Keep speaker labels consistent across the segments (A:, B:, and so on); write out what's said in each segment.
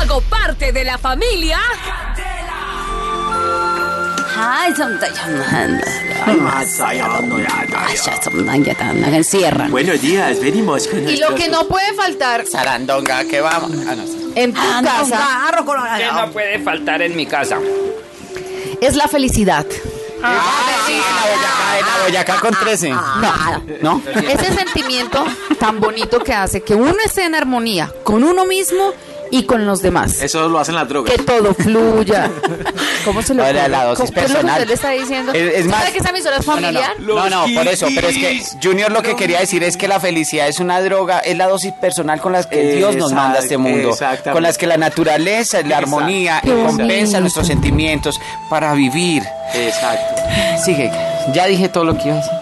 A: hago parte de la familia.
B: Ay, son Ay, ya son tan encierran.
C: Buenos días, venimos con
D: Y lo que no puede faltar
E: Sarandonga, que vamos. Ah, no sé.
D: en tu
B: Ah, no,
D: casa
B: garro con-
E: ¿Qué no puede faltar en mi casa?
D: es la felicidad.
E: Ah, en la Boyacá con 13.
D: No.
E: ¿No?
D: ah, Ese sentimiento tan bonito que hace que uno esté en armonía con uno mismo y con los demás.
C: Eso lo hacen las drogas.
D: Que todo fluya. ¿Cómo se lo
E: Ahora, la dosis
D: ¿Qué es lo que
E: personal.
D: usted le está diciendo?
E: Es- es
D: ¿Usted
E: más-
D: sabe que esa emisora es familiar?
E: No, no, no, por eso, pero es que Junior lo que quería decir es que la felicidad es una droga, es la dosis personal con las que Dios nos
C: Exact-
E: manda a este mundo,
C: exactamente.
E: con las que la naturaleza, la
C: Exacto.
E: armonía
D: Qué
E: compensa
D: bonito.
E: nuestros sentimientos para vivir.
C: Exacto.
E: Sigue, ya dije todo lo que iba a decir.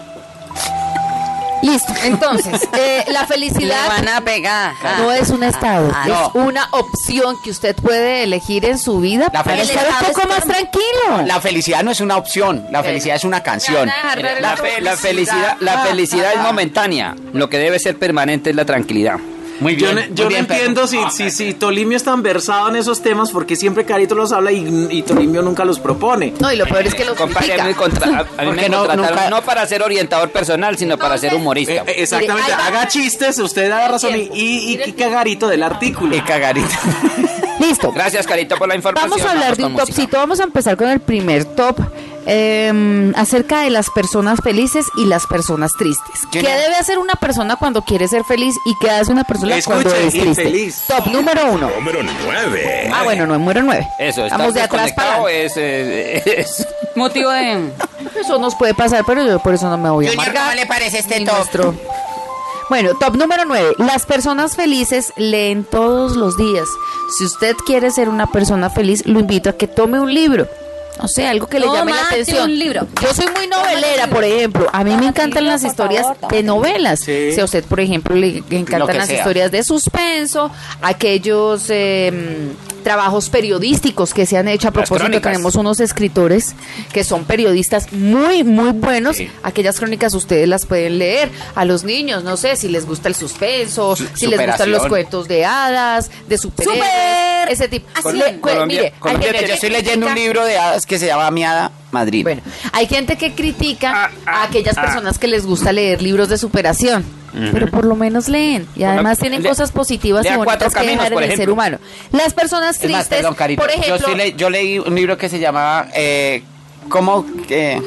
D: Listo. Entonces, eh, la
B: Le
D: felicidad
B: van a pegar.
D: no es un estado,
B: Ah,
D: es una opción que usted puede elegir en su vida
E: La
D: para
E: felicidad
D: estar
B: es
D: un poco más
B: tan-
D: tranquilo.
E: La felicidad no es una opción, la felicidad es una canción.
F: La, fe- la felicidad,
D: Ah,
F: la felicidad es momentánea. Lo que debe ser permanente es la tranquilidad.
E: Muy
C: Yo,
E: bien,
C: no- yo
E: muy
C: no
E: bien, Pedro.
C: entiendo si, si, si Tolimio es tan versado en esos temas porque siempre Carito los habla y, y Tolimio nunca los propone.
D: No, y lo peor es que lo
F: Compadre, a
D: critica.
F: mí, contra- a- a mí
E: Porque
F: me
E: no-
F: contrataron
E: nunca-
F: no para ser orientador personal, sino para ser humorista.
C: Eh, eh, exactamente,
D: Mire, ahí va.
C: haga chistes, usted da razón y, y, y quita Carito del artículo.
E: Qué cagarita.
D: Listo.
F: Gracias, Carito, por la información.
D: Vamos a hablar
F: pues
D: de
F: con
D: un
F: música.
D: topcito. Vamos a empezar con el primer top eh, acerca de las personas felices y las personas tristes. ¿Qué
E: Yo no-
D: debe hacer una persona cuando quiere ser feliz y qué hace una persona cuando
C: Escuche,
D: es triste?
C: infeliz.
D: Top número uno.
G: Número 9.
D: Ah, bueno, número nueve.
F: Eso, estar
D: Vamos de atrás para
F: desconectado
D: adelante.
F: es, eh, es-
B: Motivo de.
D: Eso nos puede pasar, pero yo por eso no me voy a
E: Junior,
D: amargar.
E: ¿cómo le parece este
D: Ni
E: top?
D: nuestro- Bueno, top número 9. Las personas felices leen todos los días. Si usted quiere ser una persona feliz, lo invito a que tome un libro. O sea, algo que le llame la
B: Tómate
D: atención.
B: un libro.
D: Yo soy
B: Tómate
D: muy
B: un
D: novelera,
B: libro.
D: por ejemplo. A mí me
B: Tómate un
D: encantan
B: libro,
D: las
B: por
D: historias
B: favor, tómate
D: de
B: un
D: novelas.
C: Sí.
D: Si a usted, por ejemplo, le encantan
E: que
D: las
E: sea.
D: historias de suspenso, aquellos eh, trabajos periodísticos que se han hecho a propósito.
F: crónicas.
D: Tenemos unos escritores que son periodistas muy, muy buenos.
F: Sí.
D: Aquellas crónicas ustedes las pueden leer a los niños, no sé si les gusta el suspenso, si les gustan
E: superación.
D: los cuentos de hadas, de superhéroes,
B: Super.
D: ese tipo.
B: Así.
D: Le- cu-
F: Colombia-
D: mire, hay
F: Colombia,
D: gente
E: Yo
D: que
E: estoy leyendo
D: critica-
E: un libro de hadas que se llama Mi Hada Madrid.
D: Bueno, hay gente que critica
F: Ah, ah,
D: a aquellas
F: ah.
D: personas que les gusta leer libros de superación. Pero por lo menos leen y además tienen
F: lea-
D: cosas positivas y
F: lea Cuatro
D: bonitas que
F: Caminos,
D: dejar en
F: por
D: el ser
F: ejemplo.
D: humano. Las personas
E: Es más,
D: tristes,
E: perdón, Carito.
D: por
E: yo,
D: ejemplo,
E: estoy le- yo leí un libro que se llamaba eh, ¿Cómo, eh,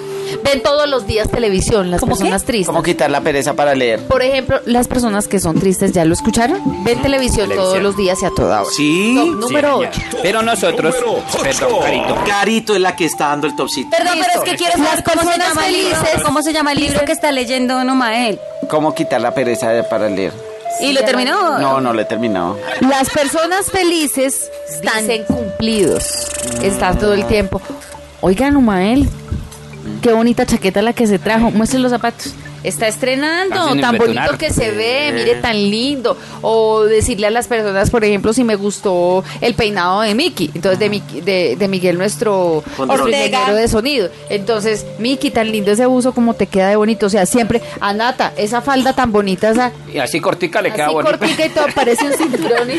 D: ven todos los días televisión las
B: ¿Cómo qué?
D: personas tristes.
E: ¿Cómo quitar la pereza para leer?
D: Por ejemplo, las personas que son tristes, ¿ya lo escucharon? Ven televisión, todos los días y a toda hora.
C: Sí.
D: Top número
F: Sí,
D: 8.
F: señor. Pero nosotros,
G: Número ocho.
F: perdón, Carito,
C: Carito es la que está dando el topcito.
B: Perdón, pero es que quiero
D: Las
B: saber cómo se
D: personas
B: llama el libro.
D: felices.
B: ¿Cómo se llama el libro que está leyendo Nomael?
E: ¿Cómo quitar la pereza de- para leer?
B: ¿Y lo terminó?
E: No, no lo he terminado.
D: Las personas felices están dicen cumplidos. Están todo el tiempo. Oigan, Umael, qué bonita chaqueta la que se trajo. Muestre los zapatos. Está estrenando,
F: Haciendo
D: tan bonito
F: inventurar.
D: que se ve, mire tan lindo. O decirle a las personas, por ejemplo, si me gustó el peinado de Miki. Entonces, de, Miki- de, de Miguel, nuestro
C: Control.
D: nuestro
B: Ortega.
D: ingeniero de sonido. Entonces, Miki, tan lindo ese buzo, como te queda de bonito. O sea, siempre, Anata, esa falda tan bonita, esa
F: y así cortica le queda
D: así
F: bonito.
D: cortica y todo, parece un cinturón. y-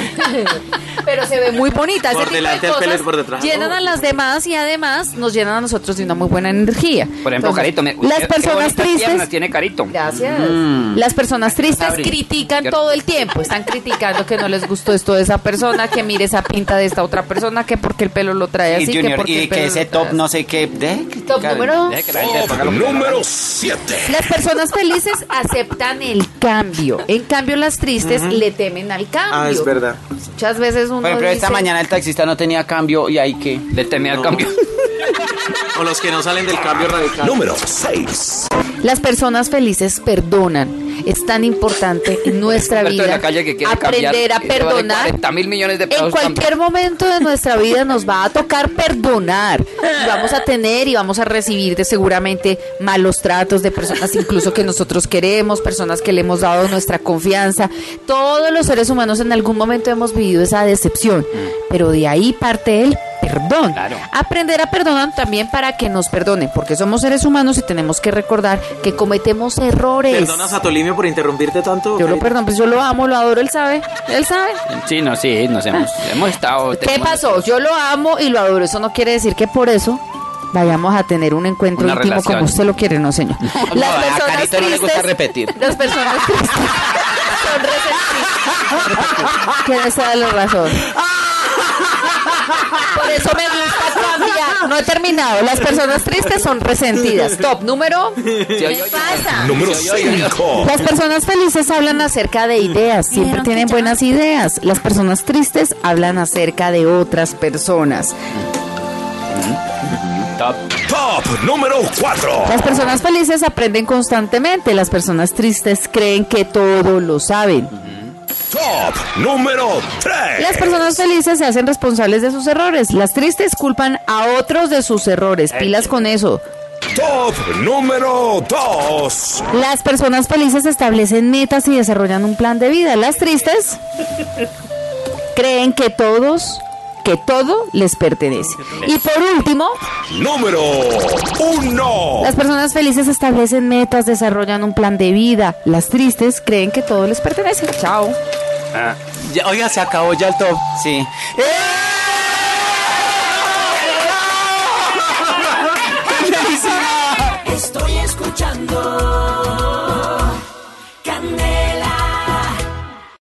D: pero se ve muy bonita.
C: Por
D: Ese tipo
C: delante
D: de
C: el pelo y
D: cosas
C: por detrás.
D: llenan a las demás y además nos llenan a nosotros de una muy buena energía.
F: Por ejemplo,
D: Entonces,
F: Carito, me-
D: las
F: qué- qué
D: personas
F: bonitas
D: tristes...
F: piernas tiene Carito.
D: Gracias.
E: Mm.
D: Las personas tristes
F: Sabri.
D: critican
F: Yo-
D: todo el tiempo. Están criticando que no les gustó esto de esa persona, que mire esa pinta de esta otra persona, que porque el pelo lo trae
E: Sí,
D: así, que
E: Junior,
D: porque
E: y
D: el pelo
E: que
D: lo
E: ese
D: trae
E: top
D: así.
E: no sé qué. Deje de criticar.
D: Top número
F: Deje que la gente ponga lo que le haga.
G: número 7.
D: Las personas felices aceptan el cambio. En cambio, las tristes le temen al cambio.
C: Ah, es verdad.
D: Muchas veces uno
E: Por ejemplo, esta
D: dice,
E: mañana el taxista no tenía cambio y hay que.
F: Le temía al
C: No.
F: cambio.
C: O los que no salen del cambio radical.
G: Número 6.
D: Las personas felices perdonan. Es tan importante en nuestra
F: Humberto
D: vida
F: de la calle que quiere
D: aprender
F: cambiar,
D: a
F: y le vale
D: perdonar.
F: 40 mil millones de pesos
D: en cualquier momento de nuestra vida nos va a tocar perdonar. Y vamos a tener y vamos a recibir de seguramente malos tratos de personas incluso que nosotros queremos, personas que le hemos dado nuestra confianza.
C: Mm.
D: Todos los seres humanos en algún momento hemos vivido esa decepción, pero de ahí parte el perdón. Aprender a perdonar también para que nos perdonen, porque somos seres humanos y tenemos que recordar que cometemos errores.
C: ¿Perdonas a Tolimio por interrumpirte tanto?
D: yo lo
C: Carito?
D: perdón, pues yo lo amo, lo adoro, él sabe, él sabe.
F: Sí, no, sí, nos hemos, hemos estado...
D: ¿Qué
F: tenemos-
D: pasó? Yo lo amo y lo adoro. Eso no quiere decir que por eso vayamos a tener un encuentro
F: Una
D: íntimo
F: relación.
D: como usted lo quiere, no señor.
F: No, a Carito no le gusta repetir.
D: Las personas tristes son receptivas. Tienes toda la razón. Por eso me gusta cambiar. No he terminado. Las personas tristes son resentidas. Top número. ¿Qué pasa?
G: Número 5.
D: Las personas felices hablan acerca de ideas, siempre
B: Dijeron que
D: tienen
B: ya.
D: buenas ideas. Las personas tristes hablan acerca de otras personas.
F: Top.
G: Top número 4.
D: Las personas felices aprenden constantemente, las personas tristes creen que todo lo saben.
G: Top número 3.
D: Las personas felices se hacen responsables de sus errores, las tristes culpan a otros de sus errores, pilas con eso.
G: Top número 2.
D: Las personas felices establecen metas y desarrollan un plan de vida, las tristes creen que todos, que todo les pertenece. Y por último,
G: Número 1.
D: Las personas felices establecen metas, desarrollan un plan de vida. Las tristes creen que todo les pertenece. Chao.
E: Ya- oiga, se acabó ya el top. Sí. ¡Eh!